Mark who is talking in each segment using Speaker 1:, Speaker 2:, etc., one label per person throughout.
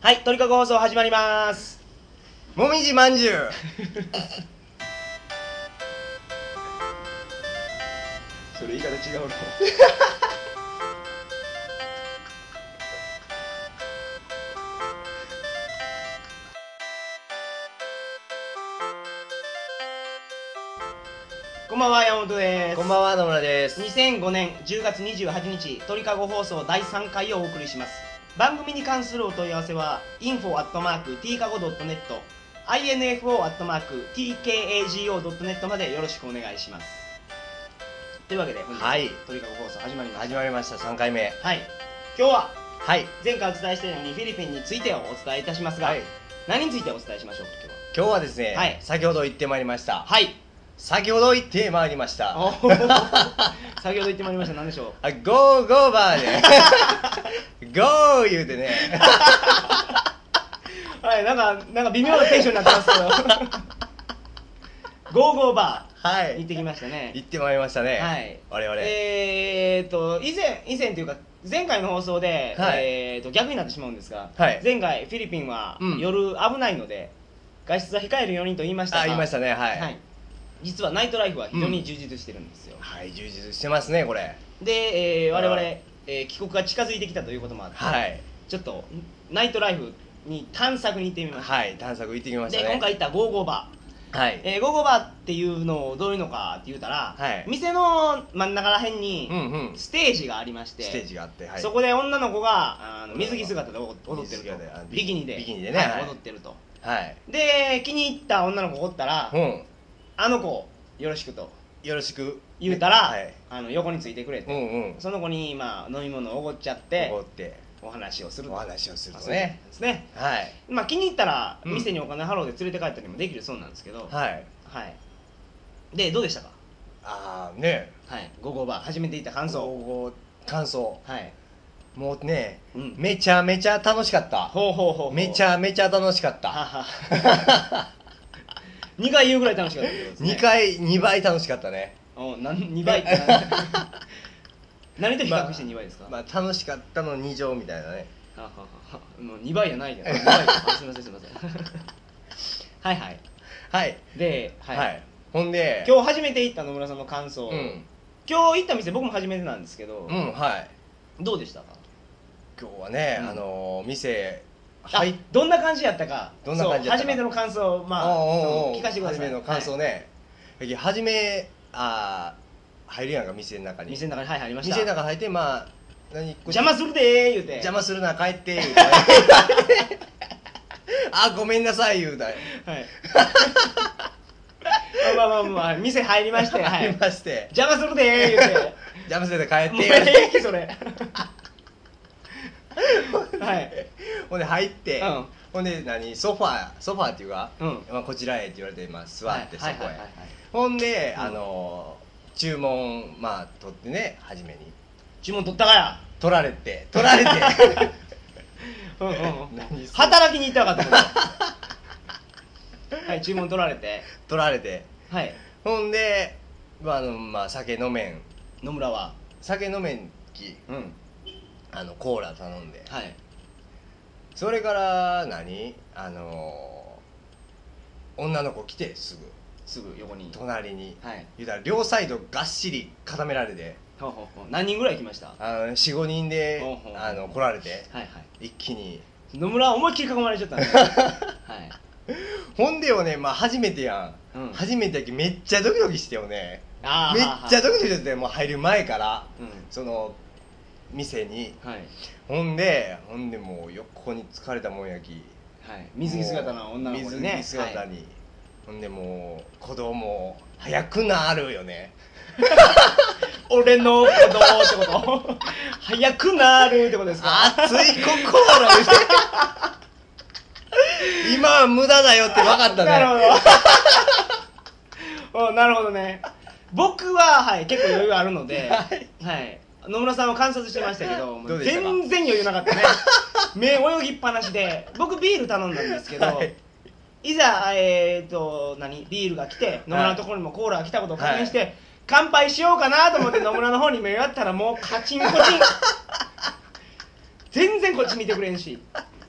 Speaker 1: はい、鳥かご放送始まります。
Speaker 2: もみじまんじゅう
Speaker 1: それ言い方違うの。こんばんは、山本です。
Speaker 2: こんばんは野村です
Speaker 1: 2005年10月28日鳥かご放送第3回をお送りします番組に関するお問い合わせは info.tkago.net info.tkago.net までよろしくお願いしますというわけで本日、
Speaker 2: はい
Speaker 1: 鳥かご放送始まりまし
Speaker 2: 始まりました3回目
Speaker 1: たはい今日は
Speaker 2: はい
Speaker 1: 前回お伝えしたようにフィリピンについてをお伝えいたしますが、
Speaker 2: はい
Speaker 1: 何についてお伝えしましょうか今日
Speaker 2: 今日はですね、
Speaker 1: はい
Speaker 2: 先ほど行ってまいりました、
Speaker 1: ははい
Speaker 2: 先ほど行ってまいりました
Speaker 1: お ー先ほど言ってまいりました何でしょう
Speaker 2: あゴーゴーバー でゴー言うてね
Speaker 1: はい、なんか、なんか微妙なテンションになってます けど。ゴーゴーバ
Speaker 2: は
Speaker 1: ー、行っ
Speaker 2: い
Speaker 1: てきましたね。
Speaker 2: 行ってまいりましたね、
Speaker 1: はい。
Speaker 2: 我々、
Speaker 1: えーっと、以前、以前というか、前回の放送で、
Speaker 2: はい
Speaker 1: えーっと、逆になってしまうんですが。
Speaker 2: はい
Speaker 1: 前回、フィリピンは
Speaker 2: うん
Speaker 1: 夜危ないので、外出は控える4人と言いましたが。
Speaker 2: あ言いましたねはい
Speaker 1: はい。実はナイトライフは非常に充実してるんですよ。
Speaker 2: はい、充実してますねこれ
Speaker 1: で、えー、我々、
Speaker 2: はい
Speaker 1: えー帰国が近づいてきたということもあって、
Speaker 2: はい
Speaker 1: ちょっとナイトライフに探索に行ってみました。
Speaker 2: はい探索行ってきました
Speaker 1: で、
Speaker 2: ね
Speaker 1: 今回行ったゴーゴーバー。
Speaker 2: はい、
Speaker 1: えー、ゴーゴーバーっていうのをどういうのかって言うたら、
Speaker 2: はい
Speaker 1: 店の真ん中らへんに
Speaker 2: うんうん
Speaker 1: ステージがありまして、
Speaker 2: ステージがあってはい
Speaker 1: そこで女の子があの水着姿で踊ってる
Speaker 2: 水着
Speaker 1: と
Speaker 2: であ
Speaker 1: ビキニで
Speaker 2: ビキニでね
Speaker 1: はい
Speaker 2: はい
Speaker 1: 踊ってると
Speaker 2: はい
Speaker 1: で気に入った女の子がおったら、
Speaker 2: うん
Speaker 1: あの子よろしくと
Speaker 2: よろしく
Speaker 1: 言うたら、
Speaker 2: ね
Speaker 1: あの横についてくれ
Speaker 2: は
Speaker 1: て、
Speaker 2: い、うんうん
Speaker 1: その子に、まあ、飲み物をおごっちゃっ
Speaker 2: こ
Speaker 1: て
Speaker 2: こって
Speaker 1: お話をする
Speaker 2: お
Speaker 1: と
Speaker 2: 話をすると
Speaker 1: そういう
Speaker 2: ね
Speaker 1: ことですね
Speaker 2: はい
Speaker 1: まあ、気に入ったら
Speaker 2: うん
Speaker 1: 店にお金払うで連れて帰ったりもできるそうなんですけど、はい、
Speaker 2: はい
Speaker 1: でどうでしたか
Speaker 2: ああね
Speaker 1: はい、ゴーゴーバー初めて行った感想
Speaker 2: 想感想
Speaker 1: はい、
Speaker 2: もうね
Speaker 1: うん、
Speaker 2: めちゃめちゃ楽しかった
Speaker 1: ほうほうほう
Speaker 2: めちゃめちゃ楽しかっ
Speaker 1: は
Speaker 2: た
Speaker 1: は 二回言うぐらい楽しかったってことですね
Speaker 2: 2回2倍楽しかったね
Speaker 1: おなん二倍って 何何と比較して二倍ですか、
Speaker 2: まあ楽しかったの2乗みたいなね
Speaker 1: ははははもう二倍じゃないじゃ ない二倍あすみませんすみません はいはい
Speaker 2: はい
Speaker 1: で、は
Speaker 2: はいい、ほんで
Speaker 1: 今日初めて行った野村さんの感想、
Speaker 2: うん
Speaker 1: 今日行った店僕も初めてなんですけど、
Speaker 2: うんはい
Speaker 1: どうでしたか
Speaker 2: 今日はね、
Speaker 1: うん
Speaker 2: あのー店
Speaker 1: あ
Speaker 2: 入っ
Speaker 1: どんな感じやったか
Speaker 2: どんな感じやった
Speaker 1: そ
Speaker 2: か
Speaker 1: う初めての感想まあ
Speaker 2: おうおう
Speaker 1: そ
Speaker 2: おう
Speaker 1: の聞かせてください
Speaker 2: 初めの感想
Speaker 1: はい
Speaker 2: ね、はい、初めあー入るやんか店の中に
Speaker 1: 店の中にはい入りました
Speaker 2: 店の中入ってまあ何こっち
Speaker 1: 邪魔するでー言うて
Speaker 2: 邪魔するな帰って 言うてあごめんなさい言うた
Speaker 1: はい まあまあまあまあ店入りましては
Speaker 2: 言い
Speaker 1: い
Speaker 2: まして
Speaker 1: 邪魔するでー言うて
Speaker 2: 邪魔するな帰 っ
Speaker 1: も
Speaker 2: て
Speaker 1: う
Speaker 2: 言うて
Speaker 1: ええそれはい
Speaker 2: ほんで入って、
Speaker 1: うん
Speaker 2: ほんで何ソファーソファーっていうか、
Speaker 1: うん
Speaker 2: まあ、こちらへって言われて、まあ、座ってそこ
Speaker 1: は
Speaker 2: へ、
Speaker 1: いはいはいはい
Speaker 2: ほんで、
Speaker 1: うん
Speaker 2: あの注文まあ取ってね初めに
Speaker 1: 注文取ったから
Speaker 2: 取られて取ら れて
Speaker 1: うんうんうん
Speaker 2: 何そ れ
Speaker 1: 働きに行ったらかと思ったはい注文取られて
Speaker 2: 取られて
Speaker 1: はい
Speaker 2: ほんで、まああのまあ、酒飲めん
Speaker 1: 野村は
Speaker 2: 酒飲めんき
Speaker 1: うん
Speaker 2: あのコーラ頼んで
Speaker 1: はい
Speaker 2: それから何あのー女の子来てすぐ
Speaker 1: すぐ横に
Speaker 2: 隣に
Speaker 1: はい
Speaker 2: 言うたら両サイドがっしり固められて
Speaker 1: ほうほうほう何人ぐらい来ましたはい
Speaker 2: あの45人で
Speaker 1: ほうほうほう
Speaker 2: あの来られて
Speaker 1: はい
Speaker 2: 一気に
Speaker 1: 野村は思いっきり囲まれちゃったねはい
Speaker 2: ほんでよね、まあ、初めてやん、
Speaker 1: うん
Speaker 2: 初めてやけめっちゃドキドキしてよね
Speaker 1: あ
Speaker 2: めっ
Speaker 1: ー
Speaker 2: ちゃドキドキしててもう入る前から
Speaker 1: う
Speaker 2: その店に
Speaker 1: んはい
Speaker 2: ほんでほんでもう横に疲れたもんやき
Speaker 1: はい、水着姿の女の子にね
Speaker 2: 水着姿
Speaker 1: はい
Speaker 2: に、ほんでもう子供早くなるよね
Speaker 1: 俺の子供ってこと 早くなるってことですか
Speaker 2: 熱い心みたいな 今は無駄だよって分かったね
Speaker 1: なるほど おなるほどね僕は、はい、結構余裕あるので、はい野村さんを観察してましたけど
Speaker 2: どうでした
Speaker 1: 全
Speaker 2: か
Speaker 1: 然余裕なかったね 目泳ぎっぱなしで僕ビール頼んだんですけど、
Speaker 2: はい
Speaker 1: い、ざえっ、と何ビールが来て野村のところにもコーラが来たことを確認して、乾杯しようかなと思って野村の方に目がったらもうカチンコチン全然こっち見てくれんし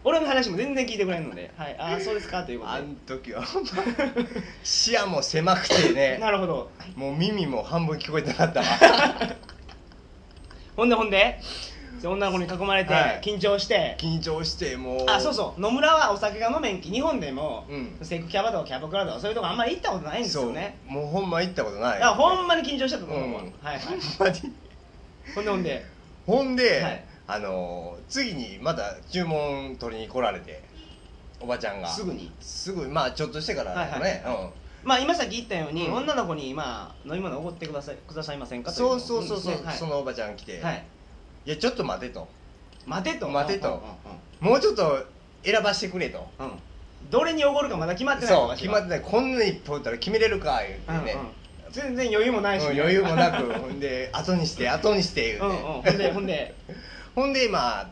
Speaker 1: 俺の話も全然聞いてくれんので、はい、ああそうですかということ
Speaker 2: あん時はほんま視野も狭くて
Speaker 1: で
Speaker 2: ね
Speaker 1: なるほど
Speaker 2: もう耳も半分聞こえてなかったわ
Speaker 1: ほんでほんで女の子に囲まれて
Speaker 2: はい
Speaker 1: 緊張して、
Speaker 2: 緊張してもう
Speaker 1: あそうそう野村はお酒が飲めんき日本でも、
Speaker 2: うん
Speaker 1: セクキャバとかキャバクラとかそういうとこあんまり行ったことないんです
Speaker 2: そ
Speaker 1: よ
Speaker 2: う
Speaker 1: ね
Speaker 2: もうほんま行ったことな
Speaker 1: だ
Speaker 2: い
Speaker 1: からほんまに緊張してたと思う、
Speaker 2: うん
Speaker 1: はいはい
Speaker 2: ほんまに
Speaker 1: ほんでほんで
Speaker 2: ほんで、
Speaker 1: はい
Speaker 2: あのー次にまた注文取りに来られておばちゃんが
Speaker 1: すぐに
Speaker 2: すぐまあちょっとしてからだよね、
Speaker 1: まあ今さっき言ったように、
Speaker 2: うん
Speaker 1: 女の子にまあ飲み物おごってくださいくださいません
Speaker 2: う
Speaker 1: か
Speaker 2: ん、
Speaker 1: といの
Speaker 2: そ
Speaker 1: を
Speaker 2: うそうそうそう、
Speaker 1: んはい
Speaker 2: そのおばちゃん来て、、
Speaker 1: はいい
Speaker 2: やちょっと待てと
Speaker 1: 待てと
Speaker 2: 待てと
Speaker 1: うんうん
Speaker 2: もうちょっと選ばしてくれと
Speaker 1: うんうんどれにおごるかまだ決まってない
Speaker 2: そう決まって
Speaker 1: て
Speaker 2: ないこんな一歩打ったら決めれるか言ってね、
Speaker 1: 全然余裕もないしね、
Speaker 2: うん余裕もなく ほんで後にして後にして
Speaker 1: う
Speaker 2: 言
Speaker 1: ん
Speaker 2: う
Speaker 1: うんほ
Speaker 2: て、
Speaker 1: んでほんで
Speaker 2: ほんでまあ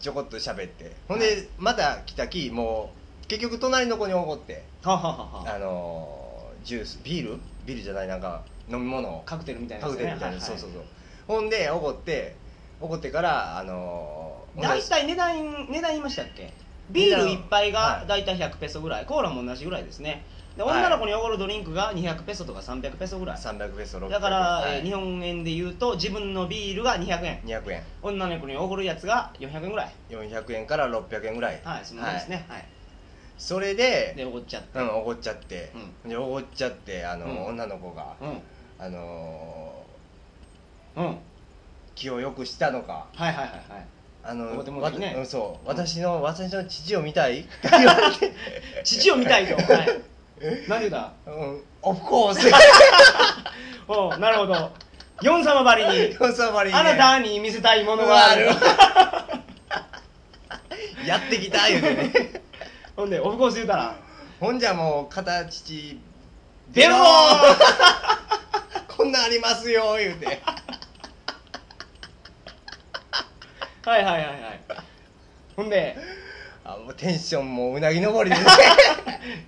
Speaker 2: ちょこっと喋ってほん
Speaker 1: は
Speaker 2: でまた来たきもう結局隣の子におごって
Speaker 1: はははは
Speaker 2: あのージュースビールビールじゃないなんか飲み物を
Speaker 1: カクテルみたいな
Speaker 2: カ
Speaker 1: や
Speaker 2: ク
Speaker 1: つ
Speaker 2: テ
Speaker 1: ね
Speaker 2: ルみたいな
Speaker 1: はは
Speaker 2: そうそうそうほんでおごっておごってからあのー同
Speaker 1: 大
Speaker 2: じ
Speaker 1: 体値段値段言いましたっけビール1杯
Speaker 2: は
Speaker 1: が大
Speaker 2: い
Speaker 1: 体100ペソぐらい、コーラも同じぐらいですねで
Speaker 2: はい
Speaker 1: 女の子におごるドリンクが200ペソとか300ペソぐらい
Speaker 2: 300ペソ600
Speaker 1: だから、
Speaker 2: は
Speaker 1: えー
Speaker 2: い
Speaker 1: 日本円で言うと自分のビールが200円
Speaker 2: 200円
Speaker 1: 女の子におごるやつが400円ぐらい
Speaker 2: 400円から600円ぐらい
Speaker 1: はいそのぐらいですねはい、
Speaker 2: はいそれで
Speaker 1: でおごっちゃって
Speaker 2: うんおごっちゃって
Speaker 1: うん、
Speaker 2: でおごっちゃってあのー、
Speaker 1: うん
Speaker 2: 女の子が
Speaker 1: うん
Speaker 2: あの
Speaker 1: うんはい
Speaker 2: ー気を良くしたのか
Speaker 1: はいはいはい
Speaker 2: あの
Speaker 1: 表も的ね
Speaker 2: わうんそう私の、私の父を見たいって言われて
Speaker 1: 父を見たいと、 はい、なんでだ
Speaker 2: 「 うん、オフコース」
Speaker 1: おうなるほど四様ばり に
Speaker 2: おさまりね
Speaker 1: あなたに見せたいもの
Speaker 2: うわ
Speaker 1: があ
Speaker 2: ある
Speaker 1: る
Speaker 2: やってきた言うてね
Speaker 1: ほんでオフコース言うたら
Speaker 2: ほんじゃもう片父
Speaker 1: 「出ろー!
Speaker 2: こんなんありますよ言うて」
Speaker 1: はいはいはいはいほんで
Speaker 2: あもうテンションもううなぎ登 りでね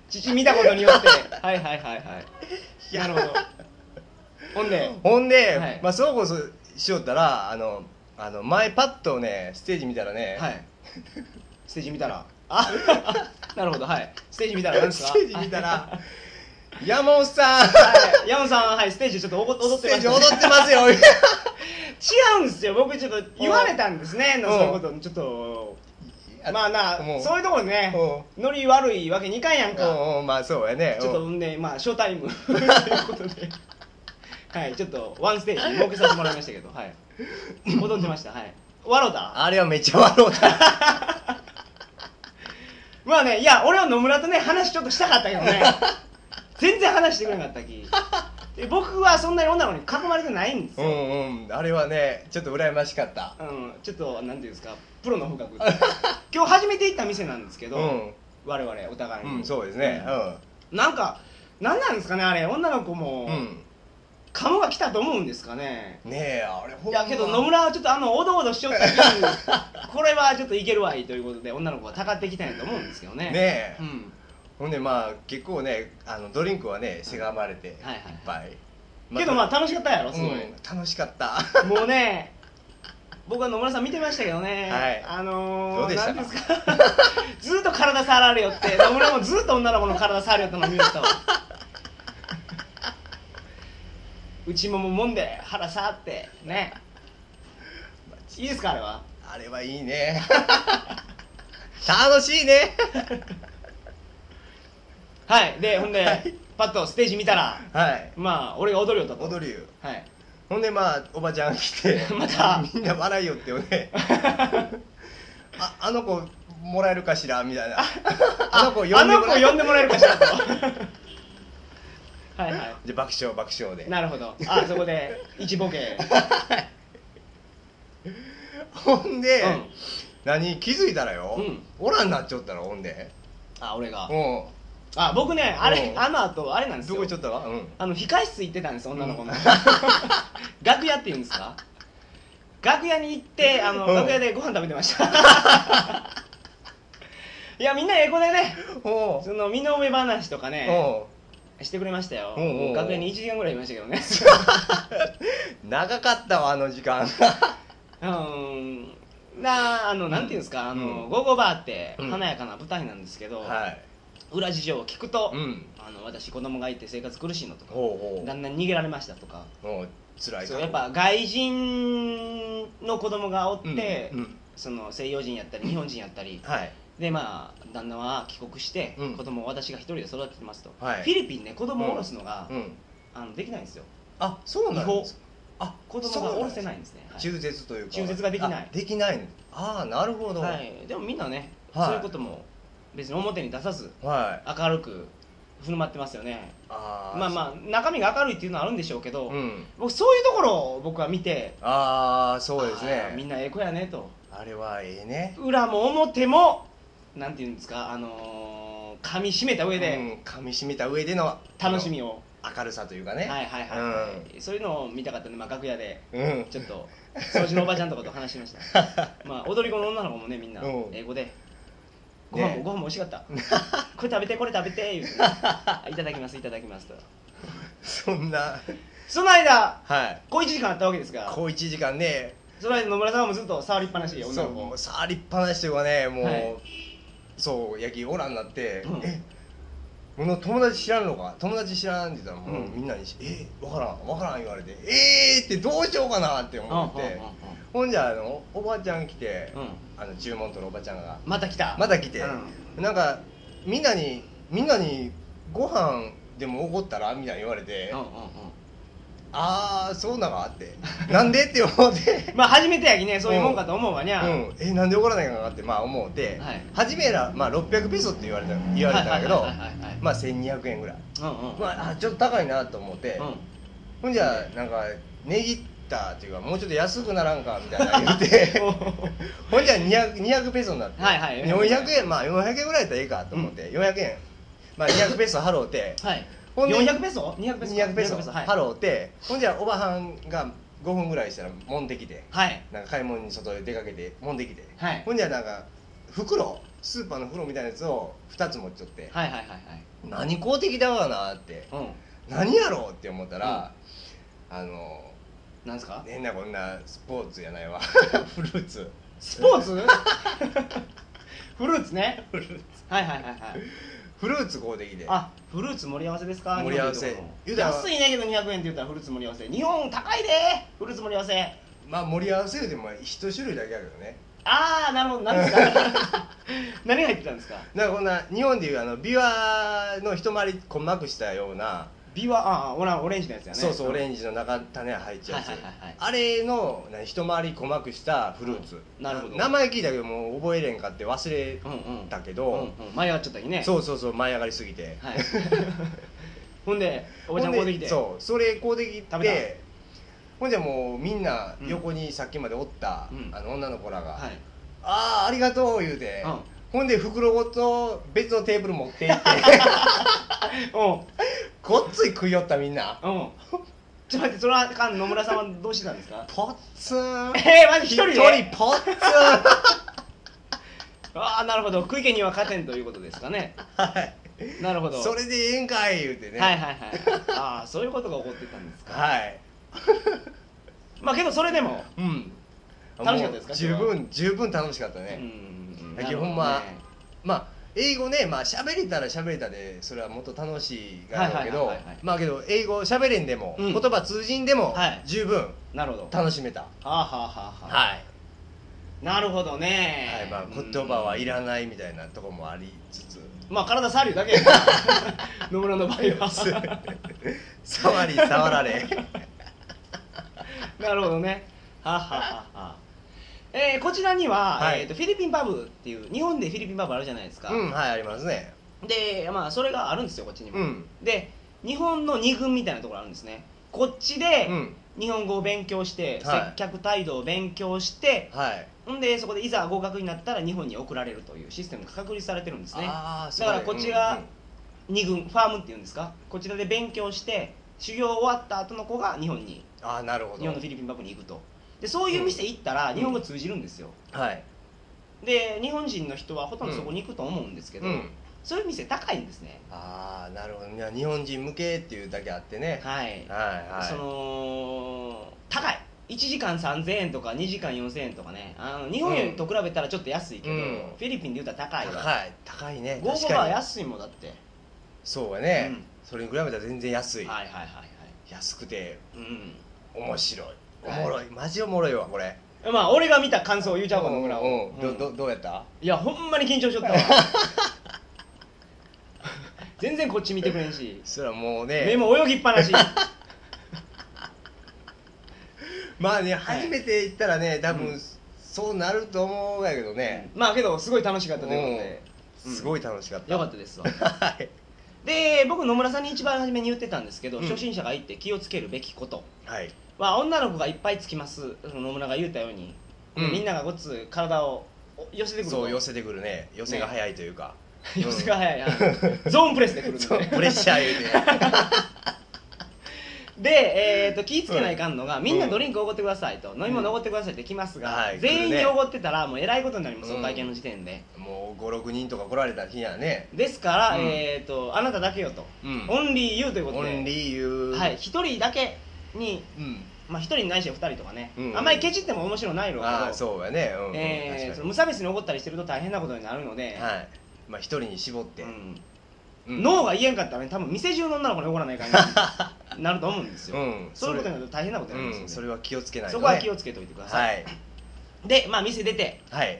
Speaker 1: 父見たことによってはいはいはいはいなるほどほんで
Speaker 2: ほんで、
Speaker 1: はい
Speaker 2: まあそうこそしよったらあのあの前パッとねステージ見たらね、
Speaker 1: はいステージ見たらあなるほどはいステージ見たら何ですか
Speaker 2: ステージ見たら「山本さん
Speaker 1: はいヤンさんははいステージちょっとおご踊っ
Speaker 2: ス
Speaker 1: て
Speaker 2: テ
Speaker 1: ま
Speaker 2: ー
Speaker 1: した、
Speaker 2: ジ踊
Speaker 1: ね、
Speaker 2: ってますよ」
Speaker 1: 違うんですよ僕ちょっと言われたんですね
Speaker 2: ん
Speaker 1: そういうことちょっとまあな
Speaker 2: もう
Speaker 1: そういうところね
Speaker 2: う
Speaker 1: ノリ悪いわけにいかんやんか
Speaker 2: うんうんまあそうやね
Speaker 1: ちょっと
Speaker 2: うん
Speaker 1: んで、まあ、ショータイム ということで、はい、ちょっとワンステージ設けさせてもらいましたけど、はい、踊ってました、はい。笑うた
Speaker 2: あれはめっちゃ笑う た
Speaker 1: まあね、いや、俺は野村とね、話ちょっとしたかったけどね、全然話してくれなかったき。で僕はそんなに女の子に囲まれてないんです
Speaker 2: う
Speaker 1: よ。
Speaker 2: んうんあれはねちょっと羨ましかった
Speaker 1: うん、ちょっと、なんていうんですか、プロの風格。今日初めて行った店なんですけど、
Speaker 2: うん
Speaker 1: 我々、お互いに。
Speaker 2: うんそうですね
Speaker 1: なんか、なんなんですかね、あれ、女の子も
Speaker 2: う、ん、うん
Speaker 1: カモが来たと思うんですかね。
Speaker 2: ねえあれ
Speaker 1: い
Speaker 2: ほんま
Speaker 1: やけど野村はちょっとあのおどおどしちょったき これはちょっといけるわいということで女の子がたかってきたんやと思うんですけどね
Speaker 2: ねえ、
Speaker 1: うん
Speaker 2: ほんでまあ結構ねあのドリンクはねせがまれていっ
Speaker 1: はいはい
Speaker 2: ぱい
Speaker 1: けどまあ
Speaker 2: た
Speaker 1: 楽しかったやろすごい、
Speaker 2: うん楽しかった
Speaker 1: もうね僕は野村さん見てましたけどね、
Speaker 2: はい
Speaker 1: あのー、
Speaker 2: どうでした
Speaker 1: な
Speaker 2: か
Speaker 1: んですか ずっと体触られよって野村もずっと女の子の体触れよったの見る と内もももんで腹触ってねいいですかあれは
Speaker 2: あれはいいね 楽しいね
Speaker 1: はいでほんで、
Speaker 2: はい
Speaker 1: パッとステージ見たら
Speaker 2: はい
Speaker 1: まあ俺が踊りよったと
Speaker 2: 踊りよ
Speaker 1: はい
Speaker 2: ほんでまあおばちゃん来て
Speaker 1: また
Speaker 2: みんな笑いよってよね ああの子もらえるかしらみたいな あの子呼んで
Speaker 1: あの
Speaker 2: もら
Speaker 1: 子
Speaker 2: える
Speaker 1: 呼んでもらえるかしらとはいは
Speaker 2: で爆笑爆笑で
Speaker 1: いなるほどあそこで一ボケ
Speaker 2: ほんで、
Speaker 1: うん
Speaker 2: 何気づいたらよ、
Speaker 1: うん
Speaker 2: おらんなっちゃったらほんで
Speaker 1: あ俺が
Speaker 2: うん
Speaker 1: あ僕ねあれ
Speaker 2: うん
Speaker 1: あの後あれなんです
Speaker 2: ど
Speaker 1: よ
Speaker 2: こ行っちゃったわうん
Speaker 1: あの控室行ってたんです女の子の 楽屋っていうんですか楽屋に行ってあの
Speaker 2: うん
Speaker 1: 楽屋でご飯食べてました いやみんなええ子でね
Speaker 2: おう
Speaker 1: その身の上話とかね
Speaker 2: お
Speaker 1: してくれましたよ
Speaker 2: うんうんうん
Speaker 1: 楽屋に1時間ぐらいいましたけどね
Speaker 2: う長かったわあの時間
Speaker 1: うんなあのなんていうんですか、あの、
Speaker 2: うん
Speaker 1: ゴーゴーバーって
Speaker 2: うん
Speaker 1: 華やかな舞台なんですけど、
Speaker 2: はい
Speaker 1: 裏事情を聞くと、
Speaker 2: うん
Speaker 1: あの私子供がいて生活苦しいのとか
Speaker 2: ほうほ
Speaker 1: 旦那に逃げられましたとか
Speaker 2: うもう辛い
Speaker 1: そうやっぱ外人の子供がおっ
Speaker 2: うん
Speaker 1: て、
Speaker 2: うん
Speaker 1: その西洋人やったり日本人やったり
Speaker 2: はい
Speaker 1: でまあ旦那は帰国して、
Speaker 2: うん
Speaker 1: 子供を私が一人で育ててますと、
Speaker 2: はい
Speaker 1: フィリピンね子供を下ろすのが、
Speaker 2: うん
Speaker 1: あのできないんですよ
Speaker 2: あそうなんですかあ
Speaker 1: 子供が下ろせないいんですねはい
Speaker 2: 中絶というか
Speaker 1: 中絶ができない
Speaker 2: あできないああなるほど
Speaker 1: は、
Speaker 2: はい
Speaker 1: でもみんなね、
Speaker 2: はい
Speaker 1: そういうことも別に表に出さず
Speaker 2: いあ
Speaker 1: 明るく振る舞ってますよね
Speaker 2: あ
Speaker 1: まあまあ中身が明るいっていうのはあるんでしょうけど、
Speaker 2: うん
Speaker 1: 僕そういうところを僕は見て
Speaker 2: ああそうです
Speaker 1: あーみん
Speaker 2: ね
Speaker 1: なええ子やねと
Speaker 2: あれはええね
Speaker 1: 裏も表もなんていうんですかあのー、噛み締めた上
Speaker 2: う
Speaker 1: で
Speaker 2: ん噛み締めた上での
Speaker 1: 楽しみを、
Speaker 2: 明るさというか
Speaker 1: はい
Speaker 2: ね
Speaker 1: はいはい、そういうのを見たかったんで、まあ、楽屋で
Speaker 2: うん
Speaker 1: ちょっと掃除のおばちゃんとかと話しました まあ踊り子の女の子もねみんな
Speaker 2: うん
Speaker 1: 英語でご飯も、
Speaker 2: ね
Speaker 1: ご飯も美味しかった これ食べてこれ食べて言うて、ね、あいただきますいただきますと
Speaker 2: そんな
Speaker 1: その間
Speaker 2: はい
Speaker 1: 小1時間あったわけですが
Speaker 2: 小一時間ね
Speaker 1: その間野村さんはもうずっと触りっぱなしで女
Speaker 2: そ
Speaker 1: の
Speaker 2: うも
Speaker 1: 子
Speaker 2: う触りっぱなしというかねもう、
Speaker 1: はい
Speaker 2: そう野球オラになって「
Speaker 1: うん
Speaker 2: えこの友達知らんのか友達知らん」って言ったらもう、
Speaker 1: うん
Speaker 2: みんなに「えわからんわからん」言われて「えー!」ってどうしようかなって思って、
Speaker 1: う
Speaker 2: ほんじゃあのおばあちゃん来て、
Speaker 1: んうんうん
Speaker 2: あの注文取るおばちゃんが
Speaker 1: また来た
Speaker 2: また来て、
Speaker 1: うん
Speaker 2: なんかみんなにみんなにご飯でもおごったらみたいに言われて、
Speaker 1: うんうんうん
Speaker 2: ああそうなのあってなんでって思って
Speaker 1: まあ初めてやきねそういうもんかと思うわにゃ、
Speaker 2: うん、えなんで怒らないかなってまあ思うて、
Speaker 1: はい
Speaker 2: 初めら、まあ、600ペソって言われた言われたんだけど
Speaker 1: はいはいはいはいはい
Speaker 2: まあ1200円ぐらい、
Speaker 1: うんうん
Speaker 2: まあ、あちょっと高いなと思って、
Speaker 1: うん
Speaker 2: ほんじゃなんか値切ったっていうかもうちょっと安くならんかみたい な言うてほんじゃ 200, 200ペソになって、
Speaker 1: はいはい
Speaker 2: 400円まあ400円ぐらいやったらいいかと思って、400円、まあ、200ペソ払うて
Speaker 1: はい
Speaker 2: ほんで
Speaker 1: 400ペソ200ペソ
Speaker 2: 200ペソ
Speaker 1: はい
Speaker 2: 払うて、ほんじゃおばはんが5分ぐらいしたらもんできて
Speaker 1: はい
Speaker 2: なんか買い物に外へ出かけてもんできて、
Speaker 1: はい
Speaker 2: ほんじゃなんか袋スーパーの袋みたいなやつを2つ持っちゃって、
Speaker 1: はいはいはい
Speaker 2: 何公的だわなって
Speaker 1: はいうん
Speaker 2: 何やろうって思ったら、あの
Speaker 1: なんですか
Speaker 2: 変なこんなスポーツやな いわフルーツ
Speaker 1: スポーツ フルーツねはいはいはいはい
Speaker 2: フルーツ公的で
Speaker 1: あフルーツ盛り合わせですか
Speaker 2: 盛り合わせ
Speaker 1: 日本でいうと
Speaker 2: 言うた
Speaker 1: この
Speaker 2: ら
Speaker 1: 安いねけど200円って言ったらフルーツ盛り合わせ日本高いでフルーツ盛り合わせ
Speaker 2: まあ盛り合わせよりも1種類だけあるよね
Speaker 1: ああなるほど何ですか 何が入ってたんですか
Speaker 2: なんかこんな日本でいうあのビワの一回り細かくしたような、
Speaker 1: ビワああオラオレンジのやつやね
Speaker 2: そうそうオレ
Speaker 1: ジ
Speaker 2: ンジの中種入っちゃうやつ、
Speaker 1: はいはいはいはい
Speaker 2: あれのな一回り細くしたフルーツ、
Speaker 1: なるほど
Speaker 2: 名前聞いたけどもう覚えれんかって忘れ
Speaker 1: うんうん
Speaker 2: たけ
Speaker 1: う
Speaker 2: ど、
Speaker 1: んうん前やっちゃったきね
Speaker 2: そうそうそう舞い上がりすぎて、
Speaker 1: はい ほんでおばちゃん
Speaker 2: ほ
Speaker 1: こう
Speaker 2: んで
Speaker 1: できて
Speaker 2: そうそれこうでき
Speaker 1: 食べた
Speaker 2: てほんじゃもうみんな横にさっきまでおった、
Speaker 1: うん
Speaker 2: あの女の子らが「
Speaker 1: はい
Speaker 2: ああありがとう」言うて、
Speaker 1: うん
Speaker 2: ほんで袋ごと別のテーブル持って行って
Speaker 1: う
Speaker 2: ごっつい食いよったみんなん
Speaker 1: うんちょっと待ってその間野村さんはどうしてたんですか
Speaker 2: ポッツン
Speaker 1: えー、まず一人で
Speaker 2: 人ポッツン
Speaker 1: ああなるほど食い気には勝てんということですかね
Speaker 2: はい
Speaker 1: なるほど
Speaker 2: それでええんかい言うてね
Speaker 1: はいはいはいああそういうことが起こってたんですか
Speaker 2: はい
Speaker 1: まあけどそれでも
Speaker 2: うん
Speaker 1: 楽しかったですか
Speaker 2: もう十分十分楽しかった
Speaker 1: う
Speaker 2: ね、
Speaker 1: ん
Speaker 2: だけどほんままあ英語ねまあ喋れたら喋れたでそれはもっと楽しいがやろうけど
Speaker 1: はいはいはいはいはい
Speaker 2: まあけど英語喋れんでも、
Speaker 1: うん
Speaker 2: 言葉通じんでも
Speaker 1: はい
Speaker 2: 十分
Speaker 1: なるほどは
Speaker 2: 楽しめた、
Speaker 1: あはあはあはあ
Speaker 2: い、
Speaker 1: なるほどね
Speaker 2: はいまあ、言葉はいらないみたいなとこもありつ つ
Speaker 1: うんまあ体触る だけやから野村の場合は
Speaker 2: 触り触られ
Speaker 1: なるほどねはあはあはあはあえーこちらには、
Speaker 2: はい
Speaker 1: えーとフィリピンパブっていう日本でフィリピンパブあるじゃないですか、
Speaker 2: うんはいありますね
Speaker 1: でまあそれがあるんですよこっちにも、
Speaker 2: うん
Speaker 1: で日本の二軍みたいなところあるんですねこっちで
Speaker 2: うん
Speaker 1: 日本語を勉強して、
Speaker 2: はい
Speaker 1: 接客態度を勉強して
Speaker 2: はい
Speaker 1: んでそこでいざ合格になったら日本に送られるというシステムが確立されてるんですね
Speaker 2: あー
Speaker 1: だからこっち
Speaker 2: う
Speaker 1: が
Speaker 2: んうん
Speaker 1: 二軍ファームっていうんですかこちらで勉強して修行終わった後の子が日本に
Speaker 2: あーなるほ
Speaker 1: 日本の
Speaker 2: ど
Speaker 1: フィリピンパブに行くとでそういう店行ったら
Speaker 2: ん
Speaker 1: 日本語通じるんですよ、
Speaker 2: はい
Speaker 1: で日本人の人はほとんどそこに行くと思うんですけど、
Speaker 2: うん
Speaker 1: そういう店高いんですね
Speaker 2: ああなるほどいや日本人向けっていうだけあってね
Speaker 1: はい
Speaker 2: はいはい
Speaker 1: その高い1時間3000円とか2時間4000円とかねあの日本よりと比べたらちょっと安いけど、
Speaker 2: うん
Speaker 1: フィリピンで言うたら高いわ
Speaker 2: 高い高いね
Speaker 1: ゴーゴ
Speaker 2: 確
Speaker 1: ーバ
Speaker 2: か
Speaker 1: ー
Speaker 2: に
Speaker 1: 安いもんだっては
Speaker 2: そうやね、
Speaker 1: うん
Speaker 2: それに比べたら全然安
Speaker 1: い
Speaker 2: い、
Speaker 1: はいはいはい
Speaker 2: 安くて
Speaker 1: うん
Speaker 2: 面白いお
Speaker 1: はい
Speaker 2: もろい、マジおもろいわこれ
Speaker 1: まあ俺が見た感想を言うちゃうかも村
Speaker 2: うん
Speaker 1: を、
Speaker 2: うんどどどうやった
Speaker 1: いやほんまに緊張しとっ たわ全然こっち見てくれんし
Speaker 2: そらもう
Speaker 1: 目
Speaker 2: ね
Speaker 1: も泳ぎっぱなし
Speaker 2: まあね
Speaker 1: はい
Speaker 2: 初めて行ったらね多
Speaker 1: う
Speaker 2: 分
Speaker 1: ん
Speaker 2: そうなると思うんやけどね、
Speaker 1: まあけどすごい楽しかったということでうん
Speaker 2: すごい楽しかった、
Speaker 1: よかったですわ
Speaker 2: はい
Speaker 1: で僕野村さんに一番初めに言ってたんですけど、
Speaker 2: うん
Speaker 1: 初心者が言って気をつけるべきこと
Speaker 2: はい
Speaker 1: は女の子がいっぱいつきますその野村が言ったように、
Speaker 2: うん
Speaker 1: みんながごっつ体をお寄せてくると
Speaker 2: そう 寄せてくるね寄せが早いというか、
Speaker 1: 寄せが早いなゾーンプレスでくるん
Speaker 2: そう
Speaker 1: で
Speaker 2: プレッシャー言うて
Speaker 1: で、えー、と気ぃつけないかんのが、みんなドリンクおごってくださいと、飲み物おごってくださいって来ますが、
Speaker 2: はい
Speaker 1: 全員
Speaker 2: 来る
Speaker 1: に
Speaker 2: ね
Speaker 1: おごってたらもうえらいことになります、
Speaker 2: うん
Speaker 1: お会見の時点で
Speaker 2: もう56人とか来られた日やね
Speaker 1: ですから、
Speaker 2: うん
Speaker 1: えー、とあなただけよと、
Speaker 2: うん
Speaker 1: オンリーユーということ
Speaker 2: オ
Speaker 1: で
Speaker 2: ンリーユー
Speaker 1: はい、1人だけに
Speaker 2: うん
Speaker 1: まあ、1人ないし2人とかね、
Speaker 2: うん
Speaker 1: あんまりケチっても面白ないろうけど
Speaker 2: ああそうやねうんうん、
Speaker 1: えー、その無
Speaker 2: 確
Speaker 1: 差別に怒ったりしてると大変なことになるので、
Speaker 2: かにはいまあ一人に絞って、
Speaker 1: うん
Speaker 2: うん
Speaker 1: ノーが言えんかったらね多分店中の女の子に怒らないからね なると思うんですよ、
Speaker 2: うん
Speaker 1: そういうことになると大変なことになりますよね
Speaker 2: うん、それは気をつけないと、
Speaker 1: そ
Speaker 2: ね、
Speaker 1: こは気を
Speaker 2: つ
Speaker 1: つけておいてください、
Speaker 2: はい
Speaker 1: で、まあ、店出て、
Speaker 2: はい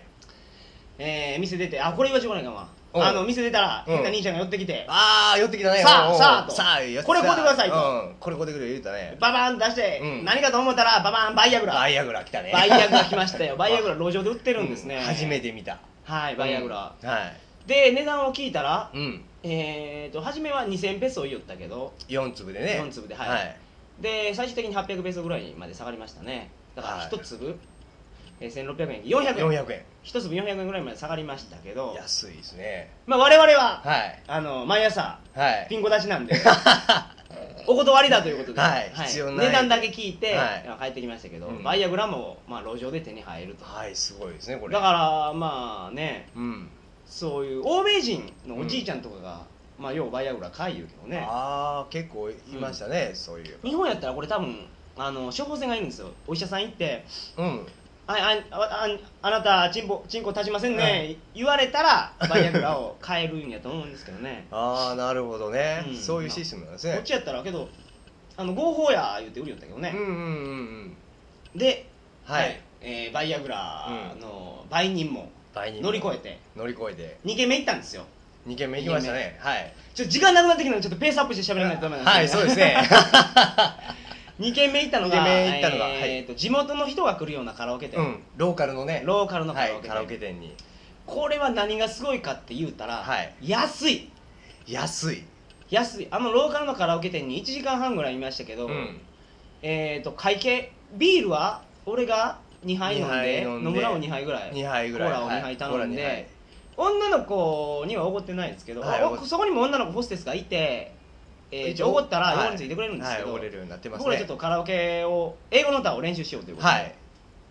Speaker 1: えー店出てあこれ言わしてこないかも
Speaker 2: うん
Speaker 1: あの店出たら
Speaker 2: うん
Speaker 1: 変な兄ちゃんが寄ってきて、
Speaker 2: ああ寄ってきたね
Speaker 1: さあ
Speaker 2: おうおう
Speaker 1: さあと
Speaker 2: さあ寄ってきた
Speaker 1: これ買うてくださいと
Speaker 2: うん、これ買うてくれ言うたね
Speaker 1: ババーン出して、
Speaker 2: うん
Speaker 1: 何かと思ったらババーンバイアグラ
Speaker 2: バイアグラ来たね
Speaker 1: バイアグラ来ましたよバイアグラ路上で売ってるんですね、
Speaker 2: う初めて見た
Speaker 1: はいバイアグラ、、
Speaker 2: うんはい
Speaker 1: で値段を聞いたら
Speaker 2: うん
Speaker 1: えーと初めは2000ペソ言いよったけど
Speaker 2: 4粒でね
Speaker 1: 4粒ではいで最終的に800ペソぐらいまで下がりましたねだから
Speaker 2: はい
Speaker 1: 1粒、えー1600円400円
Speaker 2: 400円
Speaker 1: 1粒400円ぐらいまで下がりましたけど、
Speaker 2: 安いですね
Speaker 1: まあ、我々は
Speaker 2: はい
Speaker 1: あの毎朝
Speaker 2: はい
Speaker 1: ピンコ立ち なんでお断りだということで、
Speaker 2: はい必要ない
Speaker 1: 値段だけ聞いて、
Speaker 2: はい
Speaker 1: まあ帰ってきましたけど、
Speaker 2: うん
Speaker 1: バイアグラも、まあ、路上で手に入ると
Speaker 2: はいすごいですねこれ
Speaker 1: だからまあね
Speaker 2: うん
Speaker 1: そういう欧米人のおじいちゃんとかが、まあ、ようバイアグラ買い言うけどね
Speaker 2: ああ結構いましたね、そういう
Speaker 1: 日本やったらこれ多分あの処方箋がいるんですよお医者さん行って
Speaker 2: うん
Speaker 1: 「あああああなたチンポチンコ立ちませんね」言われたらバイアグラを買えるんやと思うんですけどね
Speaker 2: ああなるほどね、
Speaker 1: うん
Speaker 2: そういうシステムなんです
Speaker 1: こ
Speaker 2: ね
Speaker 1: っちやったらけどあの合法や言うて売りよったけどね
Speaker 2: うん、うんうんうん
Speaker 1: で、
Speaker 2: はい、
Speaker 1: えーバイアグラの売人も
Speaker 2: 倍に
Speaker 1: 乗り越えて
Speaker 2: 乗り越えて
Speaker 1: 2軒目行ったんですよ
Speaker 2: 2軒目行きましたねはい
Speaker 1: ちょっと時間なくなってきたのでちょっとペースアップして喋らないとダメなん
Speaker 2: はいそうです ね
Speaker 1: 2軒目行ったの
Speaker 2: 二
Speaker 1: が
Speaker 2: 軒目行ったのがはい
Speaker 1: えーと地元の人が来るようなカラオケ店、
Speaker 2: うんローカルのね
Speaker 1: ローカルのカ
Speaker 2: は
Speaker 1: ラオ
Speaker 2: い
Speaker 1: ケ
Speaker 2: カ
Speaker 1: 店、
Speaker 2: ラオケ店に
Speaker 1: これは何がすごいかって言うたら、
Speaker 2: はい
Speaker 1: 安い
Speaker 2: 安い
Speaker 1: 安いあのローカルのカラオケ店に1時間半ぐらいいましたけど、
Speaker 2: うん
Speaker 1: えー、と会計ビールは俺が2杯飲んで
Speaker 2: 二杯飲んで
Speaker 1: 野村を2杯ぐらい
Speaker 2: 2杯ぐらい
Speaker 1: コーラを2
Speaker 2: は
Speaker 1: 杯
Speaker 2: い
Speaker 1: 頼んで、
Speaker 2: コーラ二杯
Speaker 1: 女の子にはおごってないですけど、
Speaker 2: はい
Speaker 1: あ
Speaker 2: おご
Speaker 1: そこにも女の子ホステスがいておご、えー
Speaker 2: 一応
Speaker 1: おごったら
Speaker 2: はい
Speaker 1: 横についてくれるんですけど、
Speaker 2: はい、折れるようになってます
Speaker 1: 僕らちょ
Speaker 2: ね
Speaker 1: っとカラオケを英語の歌を練習しようということで、
Speaker 2: はい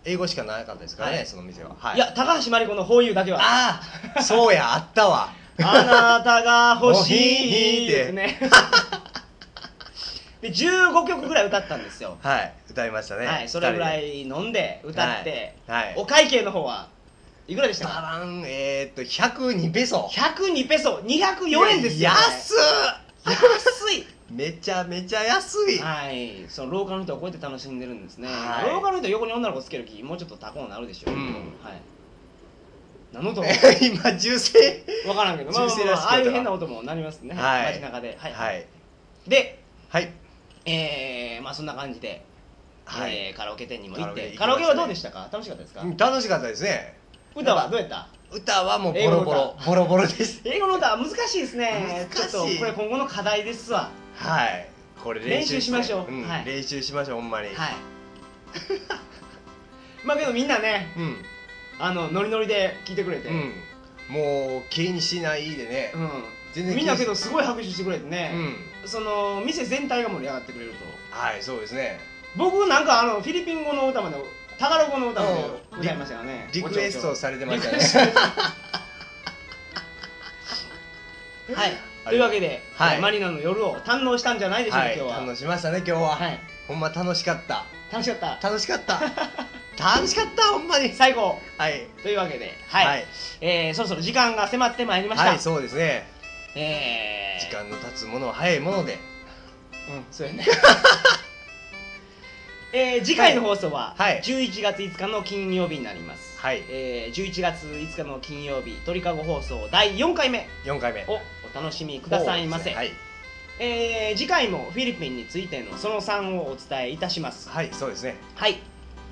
Speaker 2: 英語しかなかったですからね、
Speaker 1: はい
Speaker 2: その店ははい
Speaker 1: いや高橋真理子の「包郵」だけは
Speaker 2: ああそうやあったわ
Speaker 1: あなたが欲しいですね。 で15曲ぐらい歌ったんですよ。
Speaker 2: はい歌いましたね
Speaker 1: はい、それぐらい
Speaker 2: 二
Speaker 1: 飲んで
Speaker 2: 人で
Speaker 1: 歌って、
Speaker 2: はい、はい
Speaker 1: お会計の方はいくらでした
Speaker 2: バ
Speaker 1: か
Speaker 2: ランえー、っと102ペソ
Speaker 1: 102ペソ204円ですよ、ね、
Speaker 2: 安っ
Speaker 1: 安
Speaker 2: めちゃめちゃ安い、
Speaker 1: いはいその廊下の人はこうやって楽しんでるんですね、
Speaker 2: はい
Speaker 1: 廊下の人横に女の子つける気もうちょっと高うなるでしょう、
Speaker 2: うん
Speaker 1: はい何 の音
Speaker 2: 今銃声
Speaker 1: 分からんけど、まあまあまあ
Speaker 2: 銃声らしく
Speaker 1: ああいう変な音もなりますね、
Speaker 2: はい
Speaker 1: 街中で、はい
Speaker 2: はい
Speaker 1: で
Speaker 2: はい
Speaker 1: えー、まあそんな感じで、
Speaker 2: はい
Speaker 1: えーカラオケ店にも行ってカ
Speaker 2: カ
Speaker 1: ラ
Speaker 2: ラ
Speaker 1: オ
Speaker 2: オ
Speaker 1: ケ
Speaker 2: ケ
Speaker 1: は
Speaker 2: 行
Speaker 1: どう
Speaker 2: きましたね
Speaker 1: でしたか楽しかったですか、
Speaker 2: うん楽しかったですね
Speaker 1: 歌はどうやった
Speaker 2: 歌はもうボロボロボロボロです
Speaker 1: 英語の歌は難しいですね
Speaker 2: 難しい
Speaker 1: ちょっとこれ今後の課題ですわ
Speaker 2: はいこれ練習
Speaker 1: 練習しましょうんはい
Speaker 2: 練習しましょうほんまに、
Speaker 1: はい まあけどみんなね
Speaker 2: うん
Speaker 1: あのノリノリで聞いてくれて、
Speaker 2: うんもう気にしないでね、
Speaker 1: うん
Speaker 2: 全然気にし
Speaker 1: みんなけどすごい拍手してくれて
Speaker 2: う
Speaker 1: ね、
Speaker 2: ん
Speaker 1: その店全体が盛り上がってくれると
Speaker 2: はいそうですね
Speaker 1: 僕なんかあのフィリピン語の歌までタガロ語の歌まで歌いましたよね
Speaker 2: リクエストされてましたね
Speaker 1: はい、というわけで、
Speaker 2: はい
Speaker 1: マリナの夜を堪能したんじゃないでしょうか、
Speaker 2: はい
Speaker 1: 今日は。
Speaker 2: 堪能しましたね今日は、
Speaker 1: はい、
Speaker 2: ほんま楽しか った
Speaker 1: 楽しかった
Speaker 2: 楽しかった 楽しかったほんまに
Speaker 1: 最後
Speaker 2: はい
Speaker 1: というわけではい、えーそろそろ時間が迫ってまいりました、
Speaker 2: はい、そうですね
Speaker 1: えー
Speaker 2: 時間の経つものは早いもので
Speaker 1: うんそうやね えー次回の放送は
Speaker 2: はい
Speaker 1: 11月5日の金曜日になります、
Speaker 2: はい
Speaker 1: えー11月5日の金曜日鳥かご放送第4回目
Speaker 2: 4回目
Speaker 1: をお楽しみくださいませ、
Speaker 2: はい、
Speaker 1: えー次回もフィリピンについてのその3をお伝えいたします
Speaker 2: はい、そうですね
Speaker 1: はい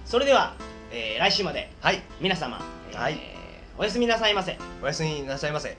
Speaker 1: それでは、えー来週まで
Speaker 2: はい
Speaker 1: 皆様、えー
Speaker 2: はい
Speaker 1: おやすみなさいませ
Speaker 2: おやすみなさいませ